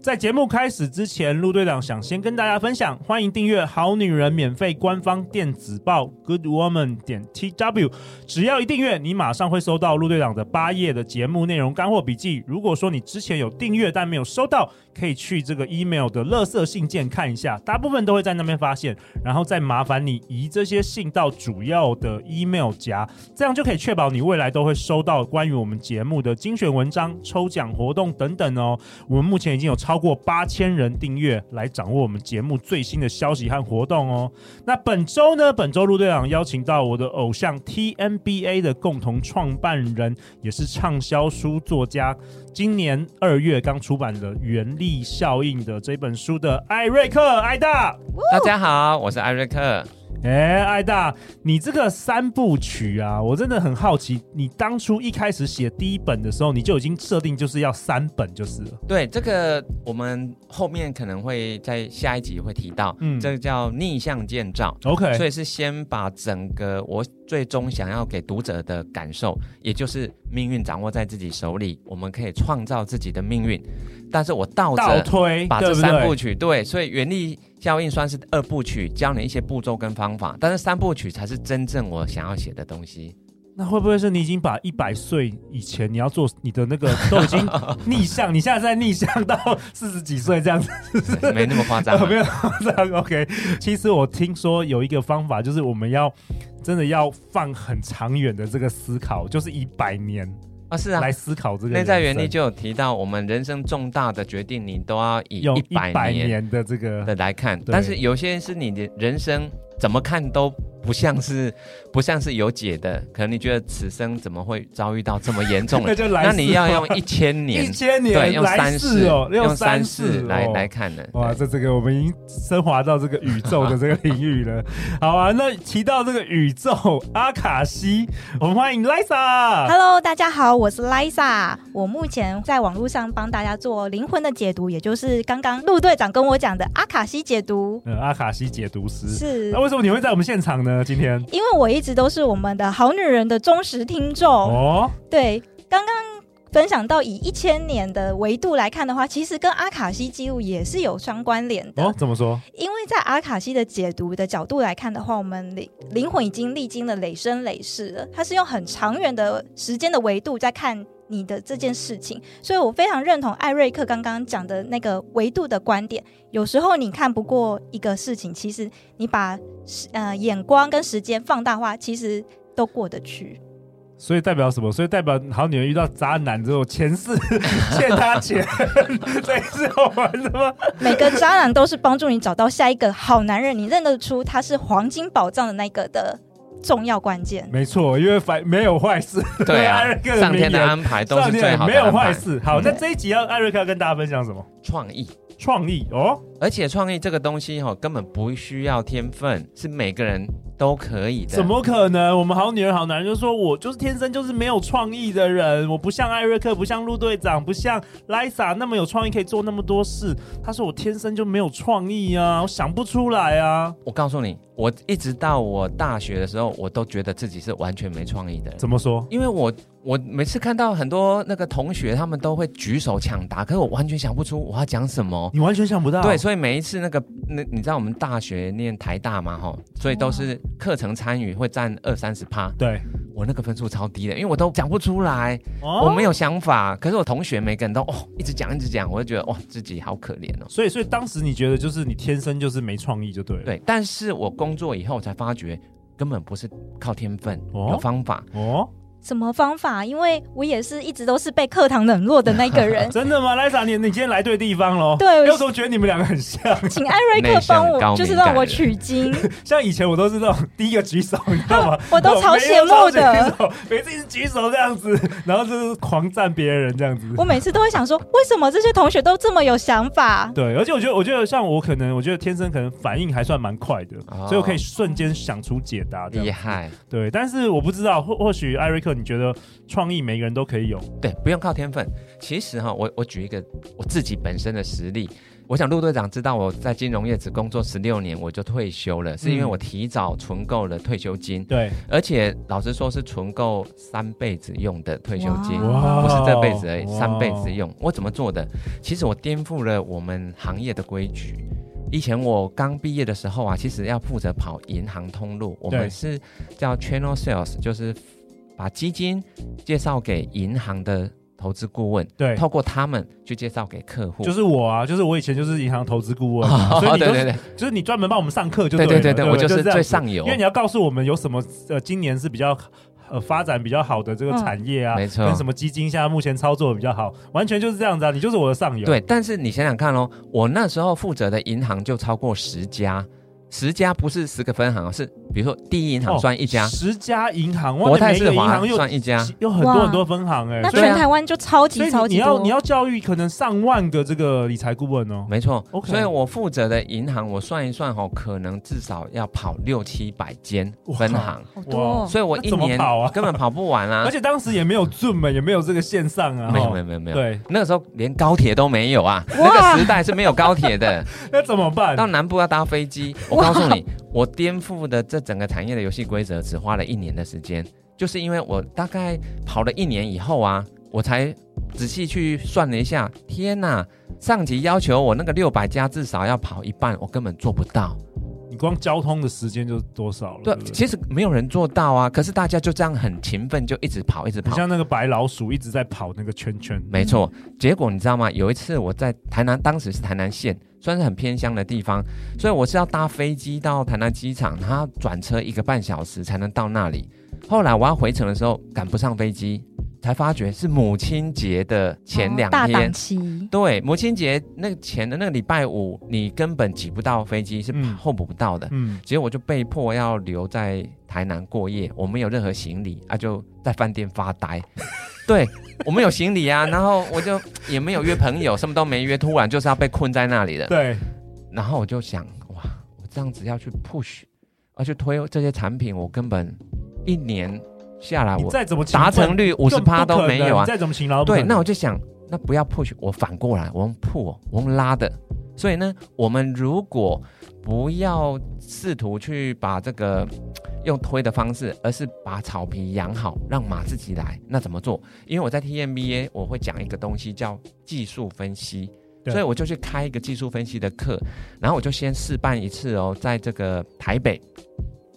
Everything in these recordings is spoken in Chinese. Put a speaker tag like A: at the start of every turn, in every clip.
A: 在节目开始之前，陆队长想先跟大家分享，欢迎订阅《好女人》免费官方电子报 Good Woman 点 T W。只要一订阅，你马上会收到陆队长的八页的节目内容干货笔记。如果说你之前有订阅但没有收到，可以去这个 email 的垃圾信件看一下，大部分都会在那边发现，然后再麻烦你移这些信到主要的 email 夹，这样就可以确保你未来都会收到关于我们节目的精选文章、抽奖活动等等哦。我们目前已经有超过八千人订阅，来掌握我们节目最新的消息和活动哦。那本周呢？本周陆队长邀请到我的偶像 TNBA 的共同创办人，也是畅销书作家，今年二月刚出版的《原力效应》的这本书的艾瑞克艾大。
B: 大家好，我是艾瑞克。
A: 哎，艾大，你这个三部曲啊，我真的很好奇，你当初一开始写第一本的时候，你就已经设定就是要三本就是了。
B: 对这个，我们后面可能会在下一集会提到，
A: 嗯
B: 这个叫逆向建造。
A: OK，
B: 所以是先把整个我最终想要给读者的感受，也就是命运掌握在自己手里，我们可以创造自己的命运。但是我倒
A: 倒
B: 着
A: 推，
B: 把
A: 对
B: 这
A: 不
B: 三部
A: 对？
B: 曲，对，所以原力效应算是二部曲，教你一些步骤跟方法，但是三部曲才是真正我想要写的 东西。
A: 那会不会是你已经把一百岁以前你要做你的那个 都已经逆向，你现在在逆向 到四十几岁这样子？
B: 没那么夸张啊、
A: 呃 没有这样 OK。其实我听说有一个方法，就是我们要真的要放很长远的这个思考，就是以百年
B: 啊，是啊，
A: 来思考这个
B: 内在
A: 人
B: 原力
A: 生
B: 就有提到，我们人生重大的决定，你都要以
A: 用
B: 一
A: 一
B: 百
A: 百
B: 年
A: 年的这个
B: 的来看，
A: 对
B: 但是有些是你的人生怎么看都不像是 不像是有解的，可能你觉得此生怎么会遭遇到这么严重
A: 那
B: 的？
A: 就来
B: 那
A: 世
B: 你要
A: 吧
B: 用一 千
A: 一
B: 年，
A: 千年
B: 对，用
A: 来
B: 三
A: 世
B: 世
A: 哦，
B: 用三
A: 世
B: 世来
A: 哦
B: 来看的。
A: 哇，
B: 对
A: 这这个我们已经升华到这个宇宙的这个领域 了。好啊，那提到这个宇宙阿卡西，我们欢迎 Lisa。
C: Hello，大家好，我是 Lisa。我目前在网络上帮大家做灵魂的解读，也就是刚刚陆队长跟我讲的阿卡西解读。
A: 嗯，阿卡西解读师。
C: 是
A: 那为什么你会在我们现场呢？今天
C: 因为我一直都是我们的好女人的忠实听众。
A: 哦，
C: 对，刚刚分享到以一千年的维度来看的话，其实跟阿卡西记录也是有相关联的。
A: 哦，怎么说？
C: 因为在阿卡西的解读的角度来看的话，我们灵灵魂已经历经了累生累世了，它是用很长远的时间的维度在看你的这件事情，所以我非常认同艾瑞克刚刚讲的那个维度的观点。有时候你看不过一个事情，其实你把时呃眼光跟时间放大化，其实都过得去。
A: 所以代表什么？所以代表好女人遇到渣男之后，前世 欠他 钱，这一次我们什么？
C: 每个渣男都是帮助你找到下一个好男人，你认得出他是黄金宝藏的那个的重要关键。
A: 没错，因为反没有坏事，
B: 对啊
A: 艾瑞克，的
B: 上天的
A: 名言
B: 安排都是
A: 上
B: 最
A: 天
B: 好
A: 没
B: 的
A: 有
B: 安
A: 坏
B: 排。
A: 事。好，
C: 嗯
A: 那这一集要艾瑞克要跟大家分享什么？
B: 创意，
A: 创意哦，
B: 而且创意这个东西哈、根本不需要天分，是每个人都可以的。
A: 怎么可能？我们好女人、好男人就说，我就是天生就是没有创意的人，我不像艾瑞克，不像陆队长，不像 Lisa 那么有创意，可以做那么多事。他说我天生就没有创意啊，我想不出来啊，
B: 我告诉你，我一直到我大学的时候，我都觉得自己是完全没创意的人，
A: 怎么说？
B: 因为我我每次看到很多那个同学，他们都会举手抢答，可是我完全想不出我要讲什么。
A: 你完全想不到，
B: 对，，所以每一次那个那你知道我们大学念台大嘛吼，所以都是课程参与会占二三十趴，
A: 对，
B: 我那个分数超低的，因为我都讲不出来，
A: 哦
B: 我没有想法，可是我同学每个人都哦一直讲一直讲，我就觉得哇自己好可怜哦。
A: 所以，所以当时你觉得就是你天生就是没创意就对了，，
B: 对，但是我工作以后才发觉，根本不是靠天分，
A: 哦
B: 有方法。
A: 哦，。
C: 什么方法，因为我也是一直都是被课堂冷落的那个 人
A: 真的吗？Lisa，你你今天来对地方喽。
C: 对
A: 有时候觉得你们两个很像，
C: 请艾瑞克帮我，就是让我取经。
A: 像以前我都是那种第一个举手，你知道吗？
C: 我都超羡慕的
A: 我没有超举手，每次一直举手这样子，然后就是狂赞别人这样子。
C: 我每次都会想说，为什么这些同学都这么有想法？
A: 对，而且我觉得，我觉得像我可能，我觉得天生可能反应还算蛮快的，
B: 哦
A: 所以我可以瞬间想出解答这
B: 厉
A: 样。
B: 害，
A: 对，但是我不知道，或或许艾瑞克，你觉得创意每个人都可以有？
B: 对，不用靠天分。其实哈，我我举一个我自己本身的实例，我想陆队长知道我在金融业只工作十六年我就退休了，是因为
A: 嗯
B: 我提早存够了退休金，
A: 对，
B: 而且老实说是存够三辈子用的退休金。
C: 哇
B: 不是这辈子而已，
A: 哦哇
B: 三辈子用。我怎么做的？其实我颠覆了我们行业的规矩。以前我刚毕业的时候啊，其实要负责跑银行通路，我
A: 对
B: 们是叫 channel sales，就是把基金介绍给银行的投资顾问，
A: 对，
B: 透过他们去介绍给客户。
A: 就是是我啊，就是我以前就是银行投资顾问， 啊
B: 哦
A: 所以，你
B: 对
A: 都
B: 对
A: 是
B: 对
A: 就是你专门帮我们上课就
B: 对
A: 对了
B: 对对，
A: 不
B: 我就是
A: 这样子
B: 最上游
A: 因为，你要告诉我们有什么呃，今年是比较呃发展比较好的这个
C: 嗯
A: 产业啊，
B: 没错
A: 跟什么基金现在目前操作比较好，完全就是这样子啊，你就是我的上游。
B: 对，但是你想想看哦，我那时候负责的银行就超过十家，十家不是十个分行哦，是比如说第一银行
A: 哦
B: 算一家，
A: 十家银行，哇，
B: 国泰
A: 那每一
B: 世
A: 个银
B: 华
A: 行又
B: 算一家，
A: 有很多
C: 哇
A: 很多分行哎、
C: 那
A: 所以
B: 对
C: 全
B: 啊
C: 台湾就
A: 所
C: 超级
A: 以
C: 超
A: 你
C: 级
A: 要你
C: 多。
A: 要教育可能上万个这个理财顾问哦，
B: 没错。
A: OK
B: 所以我负责的银行，我算一算哦，可能至少要跑六七百间分行，
C: 好多哦，
B: 所以我
A: 那
B: 一
A: 怎么
B: 年
A: 跑啊
B: 根本跑不完啊
A: 而。且当时也没有 Zoom，也没有这个线上啊，
B: 没有
A: 哦
B: 没有没有没有，
A: 对，
B: 那个时候连高铁都没有啊，
C: 哇
B: 那个时代是没有高铁的，
A: 那怎么办？
B: 到南部要搭飞机。我告诉你，我颠覆的这整个产业的游戏规则只花了一年的时间，就是因为我大概跑了一年以后啊，我才仔细去算了一下，天哪！上级要求我那个六百家至少要跑一半，我根本做不到。
A: 你光交通的时间就多少了？
B: 对
A: 不，
B: 其实没有人做到啊，可是大家就这样很勤奋，就一直跑，一直
A: 你
B: 跑。
A: 像那个白老鼠一直在跑那个圈圈，
B: 没错，
C: 嗯
B: 结果你知道吗？有一次我在台南，当时是台南县，算是很偏乡的地方，所以我是要搭飞机到台南机场，然后转车一个半小时才能到那里。后来我要回程的时候赶不上飞机，才发觉是母亲节的前两
C: 哦大
B: 天。
C: 档期，
B: 对，母亲节那个前的那个礼拜五，你根本挤不到飞机，是
A: 嗯
B: 候补不到的。
A: 嗯，
B: 结果我就被迫要留在台南过夜，我没有任何行李啊，就在饭店发呆。 对，我没有行李啊，然后我就也没有约朋友，什么都没约，突然就是要被困在那里了。
A: 对，
B: 然后我就想，哇，我这样子要去 push，要去推这些产品，我根本一年下来
A: 你
B: 我
A: 再怎么勤奋
B: 达成率五十
A: 根本
B: 趴
A: 不可
B: 都没有
A: 能
B: 啊
A: 你。再怎么勤劳都不可
B: 对，
A: 能，
B: 那我就想，那不要 push，我反过来，我用 pull，我用拉的。所以呢，我们如果不要试图去把这个用推的方式，而是把草皮养好，让马自己来，那怎么做？因为我在 TMBA 我会讲一个东西叫技术分析，
A: 对
B: 所以我就去开一个技术分析的课，然后我就先试办一次哦，在这个台北。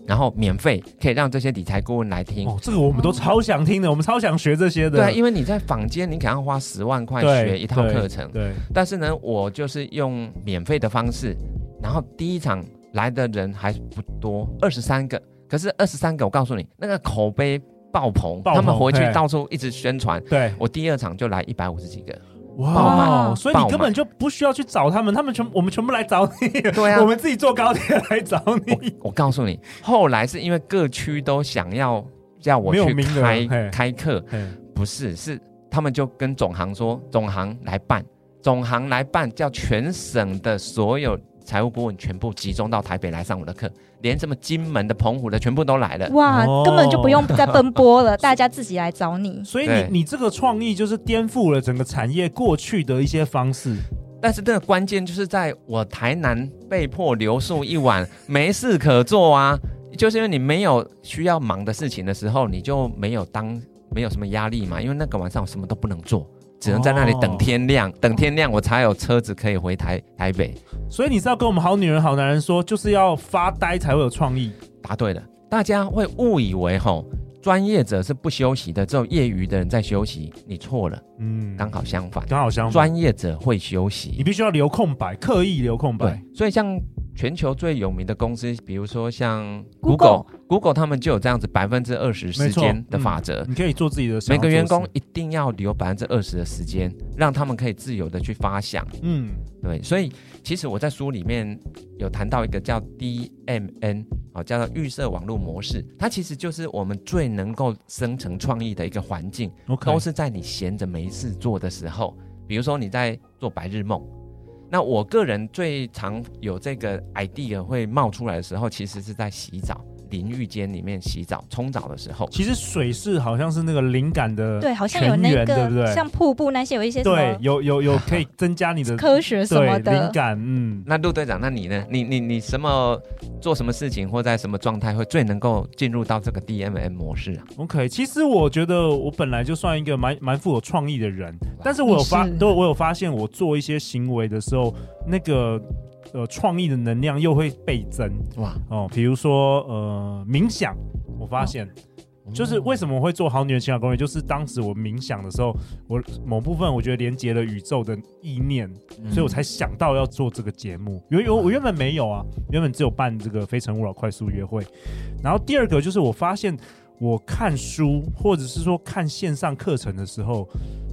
B: 然后免费可以让这些理财顾问来听，
A: 哦，这个我们都超想听的，我们超想学这些的，
B: 对啊，因为你在坊间，你可能要花十万块
A: 对
B: 学一套课程，
A: 对，
B: 但是呢，我就是用免费的方式，然后第一场来的人还不多，二十三个，可是二十三个，我告诉你，那个口碑爆棚，
A: 爆棚
B: 他们回去
A: 嘿
B: 到处一直宣传。
A: 对，
B: 我第二场就来一百五十几个， 爆
A: 哇
C: 满
A: 所以你
B: 爆
A: 根
B: 满
A: 本就不需要去找他们，他们全我们全部来找你，
B: 对啊
A: 我们自己坐高铁来找你，
B: 我告诉你，后来是因为各区都想要叫我
A: 没有
B: 去
A: 名额嘿
B: 开开课，
A: 嘿
B: 不是，是他们就跟总行说，总行来办，总行来办，叫全省的所有财务顾问全部集中到台北来上我的课，连什么金门的、澎湖的全部都来了。
C: 哇
A: 哦，
C: 根本就不用再奔 波了，大家自己来找你。
A: 所以
B: 对
A: 你你这个创意就是颠覆了整个产业过去的一些方式，
B: 但是这个关键就是在我台南被迫留宿一晚，没事可做啊，就是因为你没有需要忙的事情的时候，你就没有当没有什么压力嘛，因为那个晚上我什么都不能做。只能在那里等天亮，等天亮我才有车子可以回台台北。
A: 所以你是要跟我们好女人、好男人说，就是要发呆才会有创意，
B: 答对了，大家会误以为吼专业者是不休息的，只有业余的人在休息。你错了，
A: 嗯，
B: 刚好相反，
A: 刚好相反，
B: 专业者会休
A: 你
B: 息。
A: 必须要留空白，刻意留空白
B: 对，，所以像全球最有名的公司，比如说像
C: Google
B: Google 他们就有这样子百分之二十
A: 没
B: 时
A: 错
B: 间的法则。
A: 你可以做自己的想
B: 每
A: 要做
B: 个
A: 的事，
B: 员工一定要留百分之二十的时间，让他们可以自由的去发想。
A: 嗯，
B: 对，所以其实我在书里面有谈到一个叫 DMN，好、哦叫做预设网络模式，它其实就是我们最能够生成创意的一个环境，
A: OK，
B: 都是在你闲着没事做的时候，比如说你在做白日梦。那我个人最常有这个 idea 会冒出来的时候，其实是在洗澡淋浴间里面洗澡冲澡的时候。
A: 其实水是好像是那个灵感的
C: 对，好像有那
A: 泉源
C: 个
A: 对不对
C: 像瀑布那些有一些什
A: 对，
C: 么
A: 有有有可以增加你的
C: 科学什么
A: 对
C: 的
A: 灵感，嗯，
B: 那陆队长，那你呢？你你你什么做什么事情或在什么状态会最能够进入到这个 DMM 模式啊？
A: OK，其实我觉得我本来就算一个蛮蛮富有创意的人，但是我有发
C: 你，是
A: 对我有发现，我做一些行为的时候，那个呃创意的能量又会倍增
B: 哇，
A: 哦。比如说呃冥想，我发现、
C: 哦嗯
A: 就是
B: 嗯
A: 为什么我会做好女人情感攻略，就是当时我冥想的时候，我某部分我觉得连接了宇宙的意念，
B: 嗯
A: 所以我才想到要做这个节目。原有
C: 嗯
A: 我原本没有啊，原本只有办这个《非诚勿扰》快速约会。然后第二个就是我发现，我看书或者是说看线上课程的时候，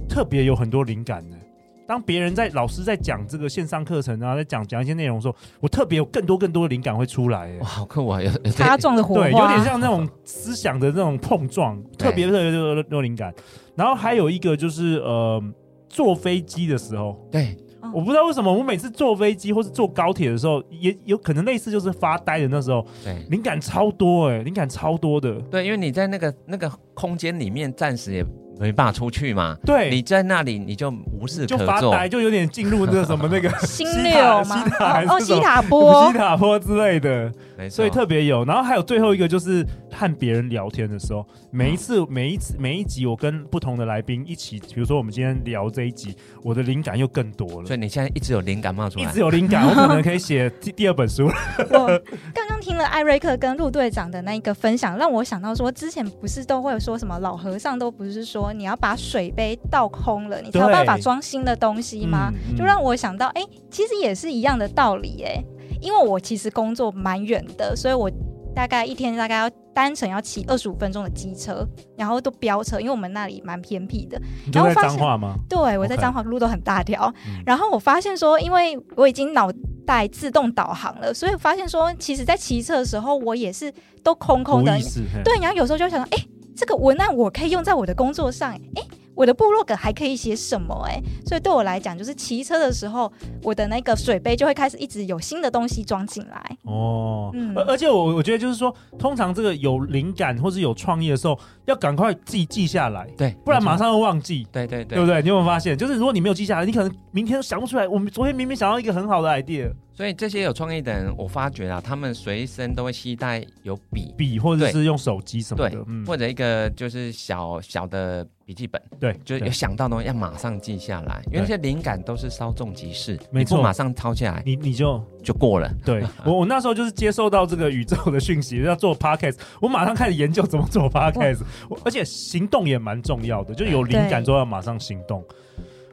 A: 特别有很多灵感呢。当别人在老师在讲这个线上课程啊，在讲讲一些内容的时候，我特别有更多更多的灵感会出来耶
B: 哇，。好酷啊！有有
C: 擦撞哦的火花，
A: 对，有点像那种思想的那种碰撞，特别特别特别有灵感。然后还有一个就是呃，坐飞机的时候，
B: 对
C: 嗯
A: 我不知道为什么，我每次坐飞机或是坐高铁的时候，也有可能类似就是发呆的那时候，
B: 对
A: 灵感超多哎、灵感超多的。
B: 对，因为你在那个那个空间里面暂时也没办法出去嘛，
A: 对，
B: 你在那里你就无事
A: 就
B: 可
A: 发
B: 做。
A: 呆，就有点进入那个什么那 个
C: 心
A: 西塔
C: 流
A: 西
C: 嘛
A: 塔，还
C: 哦，
A: 是什
C: 西
A: 么
C: 塔 波
A: 西，塔坡之类的，
B: 没错
A: 所以特别有。然后还有最后一个就是和别人聊天的时候，每一
B: 嗯
A: 次、每一次每一集，我跟不同的来宾一起，比如说我们今天聊这一集，我的灵感又更多
B: 所
A: 了。
B: 以你现在一直有灵感冒出
A: 一
B: 来
A: 直。有灵感，我可能可以写第第二本书了。
C: 我哦刚刚听了艾瑞克跟陆队长的那一个分享，让我想到说，之前不是都会有说什么老和尚都不是说你要把水杯倒空了，你才有
A: 对
C: 办法装新的东西吗？
A: 嗯嗯
C: 就让我想到，哎、其实也是一样的道理、哎，因为我其实工作蛮远的，所以我大概一天大概要单程要骑二十五分钟的机车，然后都飙车，因为我们那里蛮偏僻的，
A: 你就
C: 然后
A: 在
C: 发
A: 脏
C: 现
A: 话吗？
C: 对，我
A: OK
C: 在彰化路都很大条。
A: 嗯
C: 然后我发现说，因为我已经脑袋自动导航了，所以发现说，其实在骑车的时候，我也是都空空
A: 无
C: 的
A: 意。识。嘿
C: 对，然后有时候就会想到，哎、这个文案我可以用在我的工作上、哎、我的部落格还可以写什么、哎，所以对我来讲，就是骑车的时候，我的那个水杯就会开始一直有新的东西装进来。
A: 哦，
C: 嗯
A: 而而且我我觉得就是说，通常这个有灵感或是有创意的时候，要赶快自己记下来，
B: 对，
A: 不然马
B: 上
A: 上会忘记，
B: 对对
A: 对
B: 对
A: 不对？你有没有发现，就是如果你没有记下来，你可能明天都想不出来。我们昨天明明想到一个很好的 idea，
B: 所以这些有创意的人，我发觉啊，他们随身都会携带有笔，
A: 笔或者
B: 对
A: 是用手机什么
B: 对
A: 的，，嗯
B: 或者一个就是小小的笔记本，
A: 对，
B: 就是有
A: 对
B: 想到东西要马上记下来，因为
A: 对
B: 那些灵感都是稍纵即逝，
A: 没
B: 你不
A: 错
B: 马上抄下来
A: 你你 就
B: 就过了。
A: 对我我那时候就是接受到这个宇宙的讯息，要做 podcast，我马上开始研究怎么做
B: 嗯
A: podcast，我而且行动也蛮重要的，就有灵感
C: 对
A: 之后要马上行动。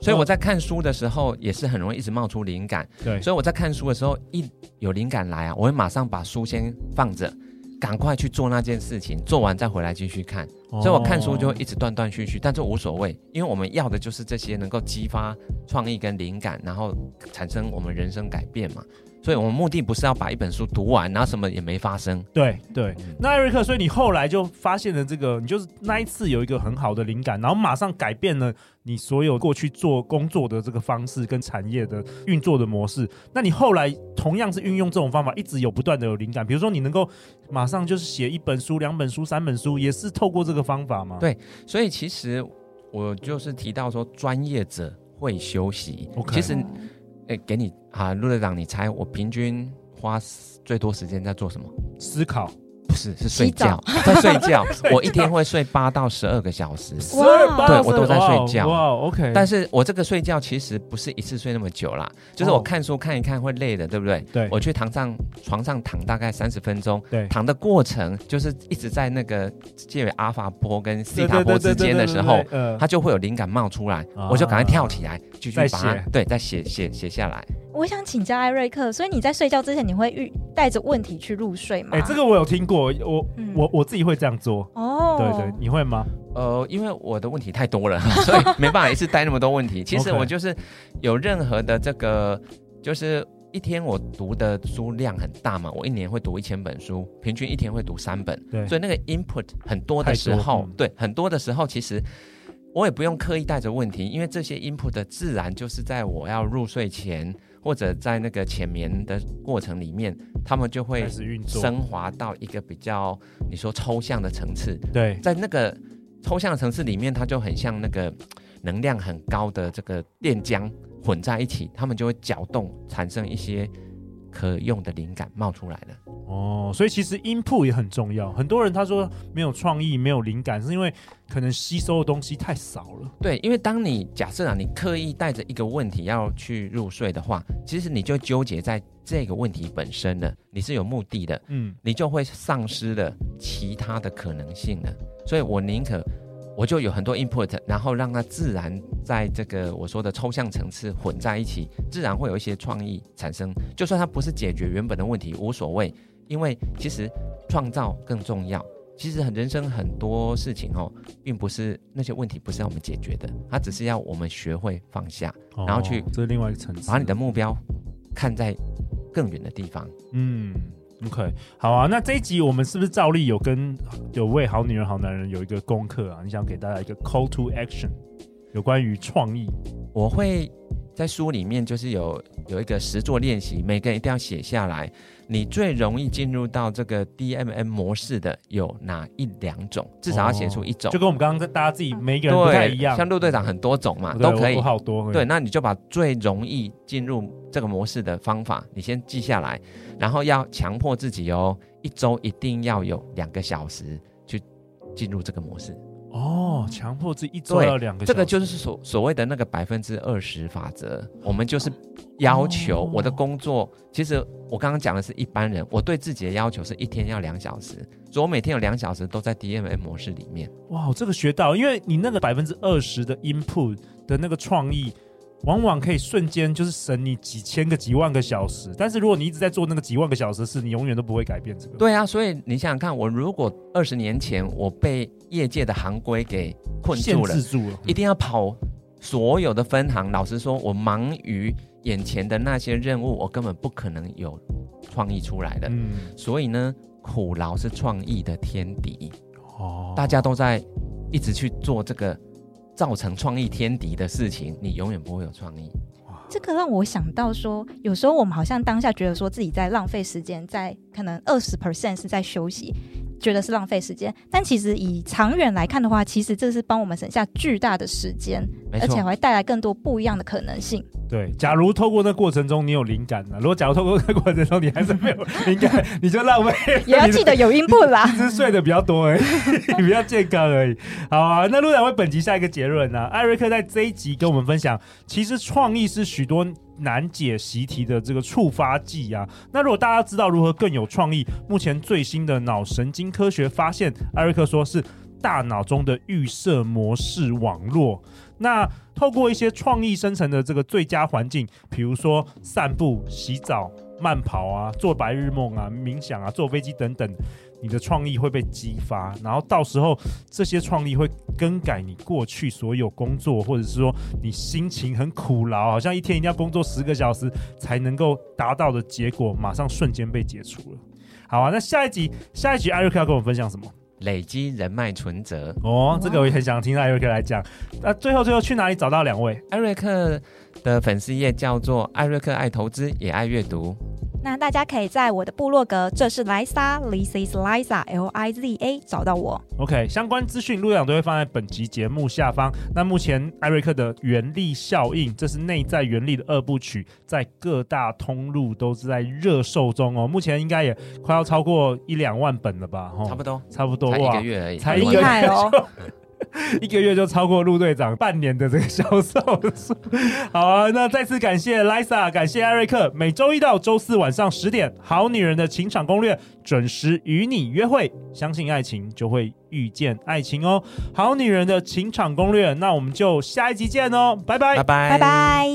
B: 所以我在看书的时候也是很容易一直冒出灵感，
A: 哦对，
B: 所以我在看书的时候一有灵感来啊，我会马上把书先放着。赶快去做那件事情，做完再回来继续看。
A: 所
B: 所以我看书就会一直断断续续，但这无所谓，因为我们要的就是这些能够激发创意跟灵感，然后产生我们人生改变嘛。所以我们目的不是要把一本书读完，然后什么也没发生。
A: 对对，
B: 嗯
A: 那艾瑞克，所以你后来就发现了这个，你就是那一次有一个很好的灵感，然后马上改变了你所有过去做工作的这个方式跟产业的运作的模式。那你后来同样是运用这种方法，一直有不断的有灵感，比如说你能够马上就是写一本书、两本书、三本书，也是透过这个方法吗？
B: 对所以其实我就是提到说，专业者会休息。
A: OK
B: 其实，诶、给你啊，陆队长，你猜我平均花最多时间在做什么？
A: 思考
B: 是是
C: 洗
B: 睡觉
C: 澡，
B: 在睡觉。我一天会睡八到十二个小时，
C: 哇
B: 对我都在睡觉
A: 哇，OK，
B: 但是我这个睡觉其实不是一次睡那么久啦，就是
A: 哦
B: 我看书看一看会累的，对不对？
A: 对
B: 我去躺上床上躺大概三十分钟，
A: 对
B: 躺的过程就是一直在那个介于阿法波跟西
A: 对
B: 塔
A: 对
B: 波
A: 对
B: 之
A: 对对
B: 间的
A: 对
B: 时候
A: 对，呃，
B: 它就会有灵感冒出来，
A: 啊
B: 我就赶快跳起来继续
A: 再
B: 把它
A: 写
B: 对再写写写下来。
C: 我想请教艾瑞克，所以你在睡觉之前，你会遇带着问题去入睡吗？
A: 哎，这个我有听过，我
C: 嗯
A: 我我自己会这样做。
C: 哦，
A: 对对，你会吗？
B: 呃，因为我的问题太多了， 所以没办法一次带那么多问题。其实
A: OK
B: 我就是有任何的这个，就是一天我读的书量很大嘛，我一年会读一千本书，平均一天会读三本，
A: 对
B: 所以那个 input 很多的时
A: 太多
B: 候
A: 嗯，
B: 对，很多的时候其实。我也不用刻意带着问题，因为这些 input 的自然就是在我要入睡前或者在那个浅眠的过程里面，他们就会
A: 开始运作，
B: 升华到一个比较你说抽象的层次。
A: 对
B: 在那个抽象的层次里面，它就很像那个能量很高的这个电浆混在一起，它们就会搅动，产生一些可用的灵感冒出来了。
A: 哦，所以其实音铺也很重要。很多人他说没有创意、没有灵感，是因为可能吸收的东西太少了。
B: 对，因为当你假设啊，你刻意带着一个问题要去入睡的话，其实你就纠结在这个问题本身了，你是有目的的，
A: 嗯，
B: 你就会丧失了其他的可能性了。所以我宁可我就有很多 input，然后让它自然在这个我说的抽象层次混在一起，自然会有一些创意产生。就算它不是解决原本的问题，无所谓，因为其实创造更重要。其实很人生很多事情哦，并不是那些问题不是要我们解决的，它只是要我们学会放下，然后去
A: 哦这是另外一个层次，
B: 把你的目标看在更远的地方。
A: 嗯。OK，好啊，那这一集我们是不是照例有跟有为好女人、好男人有一个功课啊？你想给大家一个 call to action，有关于创意
B: 我会在书里面就是有有一个实作练习，每个人一定要写下来。你最容易进入到这个 DMM 模式的有哪一两种？至少要写出一种。
A: 就跟我们刚刚在大家自己每一哦个人不太
B: 对
A: 一，样，
B: 像陆队长很多种嘛，
A: 对
B: 都可以
A: 我我。好多欸
B: 对，，那你就把最容易进入这个模式的方法，你先记下来，然后要强迫自己哦，一周一定要有两个小时去进入这个模式。
A: 哦，强迫自己一周要两个小时，
B: 这个就是所所谓的那个百分之二十法则，我们就是要求
A: 哦
B: 我的工作。其实我刚刚讲的是一般人，我对自己的要求是一天要两小时，所以我每天有两小时都在 DMM 模式里面。
A: 哇，这个学到，因为你那个百分之二十的 input 的那个创意，往往可以瞬间就是省你几千个、几万个小时。但是如果你一直在做那个几万个小时的事，你永远都不会改变这个。
B: 对啊，所以你想想看，我如果二十年前我被业界的行规给困
A: 限
B: 住了
A: 制，住了，
B: 一定要跑所有的分行。老实说，我忙于眼前的那些任务，我根本不可能有创意出来的。
A: 嗯，
B: 所以呢，苦劳是创意的天敌。
A: 哦
B: 大家都在一直去做这个造成创意天敌的事情，你永远不会有创意。
C: 这个让我想到说，有时候我们好像当下觉得说自己在浪费时间，在可能二十 percent 是在休息，觉得是浪费时间。但其实以长远来看的话，其实这是帮我们省下巨大的时间，
B: 没
C: 而且
B: 错，
C: 还带来更多不一样的可能性。
A: 对。假如透过那过程中你有灵感呢、如果假如透过那过程中你还是没有灵 感，你就浪费，
C: 也要记得有 input 啦。
A: 只是睡得比较多而已， 比较健康而已。好啊，那陆展为本集下一个结论呢、艾瑞克在这一集跟我们分享，其实创意是许多难解习题的这个触发剂啊。那如果大家知道如何更有创意，目前最新的脑神经科学发现，艾瑞克说是大脑中的预设模式网络。那透过一些创意生成的这个最佳环境，比如说散步、洗澡、慢跑啊、做白日梦啊、冥想啊、坐飞机等等，你的创意会被激发，然后到时候这些创意会更改你过去所有工作，或者是说你心情很苦劳，好像一天一定要工作十个小时才能够达到的结果，马上瞬间被解除了。好啊，那下一集下一集艾瑞克要跟我们分享什么？
B: 累积人脉存折。
A: 哦，这个我也很想听艾瑞克来讲。哦那、最后最后去哪里找到两位？
B: 艾瑞克的粉丝页叫做“艾瑞克爱投资也爱阅读
C: 那大家可以在我的部落格，这是莱莎，This is Liza L I Z A 找到我。
A: OK，相关资讯陆队长都会放在本集节目下方。那目前艾瑞克的《原力效应》，这是内在原力的二部曲，在各大通路都是在热售中哦。目前应该也快要超过一两万本了吧？哦
B: 差不多，
A: 差不多
B: 才一
A: 哇
B: 个，月而已，
A: 才
C: 一
A: 一个
C: 个月
A: 月
C: 厉害哦
A: 就一个月就超过陆队长半年的这个销售数。 好啊，那再次感谢 Lisa，感谢艾瑞克。每周一到周四晚上十点，《好女人的情场攻略》准时与你约会。相信爱情，就会遇见爱情哦。《好女人的情场攻略》，那我们就下一集见哦，拜拜
B: 拜拜，
C: 拜拜。